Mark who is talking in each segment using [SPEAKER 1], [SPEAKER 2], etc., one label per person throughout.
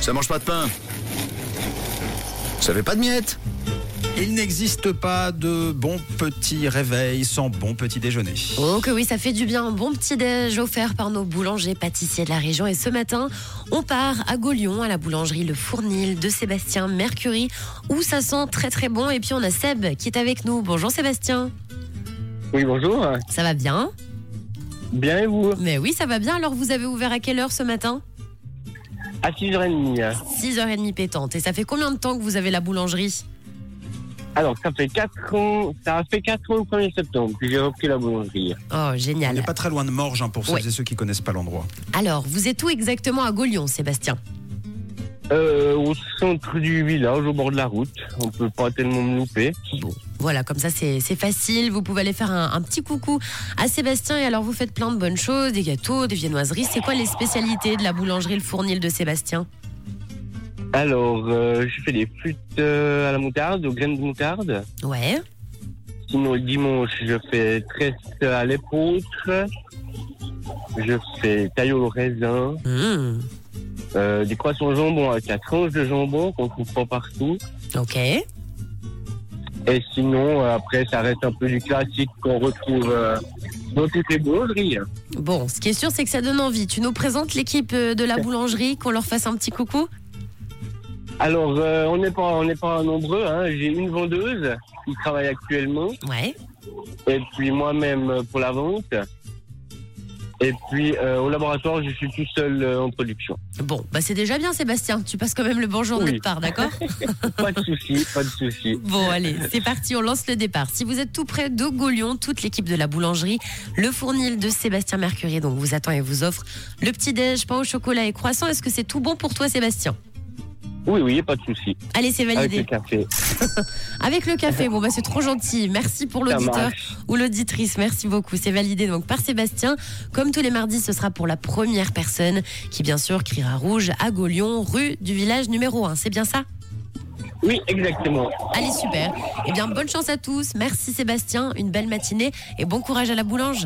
[SPEAKER 1] Ça mange pas de pain. Ça fait pas de miettes.
[SPEAKER 2] Il n'existe pas de bon petit réveil sans bon petit déjeuner.
[SPEAKER 3] Oh que oui, ça fait du bien. Un bon petit déj offert par nos boulangers pâtissiers de la région. Et ce matin, on part à Gaulion, à la boulangerie Le Fournil de Sébastien Mercury, où ça sent très très bon. Et puis on a Seb qui est avec nous. Bonjour Sébastien.
[SPEAKER 4] Oui, bonjour.
[SPEAKER 3] Ça va bien
[SPEAKER 4] Bien et vous
[SPEAKER 3] Mais oui, ça va bien. Alors vous avez ouvert à quelle heure ce matin
[SPEAKER 4] À 6h30.
[SPEAKER 3] 6h30 pétante. Et ça fait combien de temps que vous avez la boulangerie
[SPEAKER 4] Alors, ça fait 4 ans, ça a fait 4 ans le 1er septembre que j'ai repris la boulangerie.
[SPEAKER 3] Oh,
[SPEAKER 2] On n'est
[SPEAKER 3] génial.
[SPEAKER 2] pas très loin de Morges hein, pour celles
[SPEAKER 3] Ouais.
[SPEAKER 2] et ceux qui connaissent pas l'endroit.
[SPEAKER 3] Alors, vous êtes où exactement à Gaulion, Sébastien
[SPEAKER 4] Euh, au centre du village, au bord de la route. On peut pas tellement me louper.
[SPEAKER 3] Voilà, comme ça c'est c'est facile. Vous pouvez aller faire un, un petit coucou à Sébastien. Et alors vous faites plein de bonnes choses, des gâteaux, des viennoiseries. C'est quoi les spécialités de la boulangerie Le Fournil de Sébastien
[SPEAKER 4] Alors, euh, je fais des flûtes euh, à la moutarde, aux graines de moutarde.
[SPEAKER 3] Ouais.
[SPEAKER 4] Sinon, le dimanche, je fais tresse à l'épeautre. Je fais taillot au raisin.
[SPEAKER 3] Mmh.
[SPEAKER 4] Euh, des croissants au jambon avec la tranche de jambon qu'on trouve pas partout.
[SPEAKER 3] Ok.
[SPEAKER 4] Et sinon, euh, après, ça reste un peu du classique qu'on retrouve euh, dans toutes les boulangeries.
[SPEAKER 3] Bon, ce qui est sûr, c'est que ça donne envie. Tu nous présentes l'équipe euh, de la boulangerie, qu'on leur fasse un petit coucou
[SPEAKER 4] Alors, euh, on n'est pas, on n'est pas nombreux. Hein. J'ai une vendeuse qui travaille actuellement,
[SPEAKER 3] Ouais.
[SPEAKER 4] et puis moi-même euh, pour la vente. Et puis euh, au laboratoire, je suis tout seul euh, en production.
[SPEAKER 3] Bon, bah c'est déjà bien, Sébastien. Tu passes quand même le bonjour
[SPEAKER 4] Oui.
[SPEAKER 3] de notre part, d'accord
[SPEAKER 4] Pas de souci, pas de souci.
[SPEAKER 3] Bon, allez, c'est parti, on lance le départ. Si vous êtes tout près de Gaulion, toute l'équipe de la boulangerie, le fournil de Sébastien Mercurier, donc vous attend et vous offre le petit-déj, pain au chocolat et croissant. Est-ce que c'est tout bon pour toi, Sébastien
[SPEAKER 4] Oui, oui, pas de souci.
[SPEAKER 3] Allez, c'est
[SPEAKER 4] Avec le
[SPEAKER 3] validé.
[SPEAKER 4] café,
[SPEAKER 3] Avec le café, bon, bah, c'est trop gentil. Merci pour
[SPEAKER 4] ça
[SPEAKER 3] l'auditeur
[SPEAKER 4] marche.
[SPEAKER 3] ou l'auditrice. Merci beaucoup. C'est validé donc par Sébastien. Comme tous les mardis, ce sera pour la première personne qui, bien sûr, criera rouge à Gaulion, rue du village numéro 1. C'est bien ça
[SPEAKER 4] Oui, exactement.
[SPEAKER 3] Allez, super. Eh bien, bonne chance à tous. Merci Sébastien, une belle matinée et bon courage à la boulange.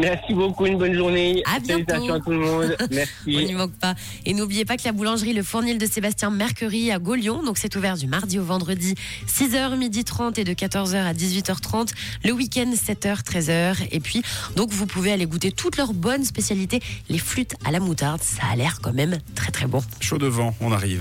[SPEAKER 4] Merci beaucoup, une bonne journée.
[SPEAKER 3] À bientôt.
[SPEAKER 4] Salutations à tout le monde. Merci.
[SPEAKER 3] On n'y manque pas. Et n'oubliez pas que la boulangerie Le Fournil de Sébastien Mercury à Gaulion, donc c'est ouvert du mardi au vendredi 6h, midi 30 et de 14h à 18h30, le week-end 7h, 13h. Et puis, donc vous pouvez aller goûter toutes leurs bonnes spécialités, les flûtes à la moutarde, ça a l'air quand même très très bon.
[SPEAKER 2] Chaud devant, on arrive.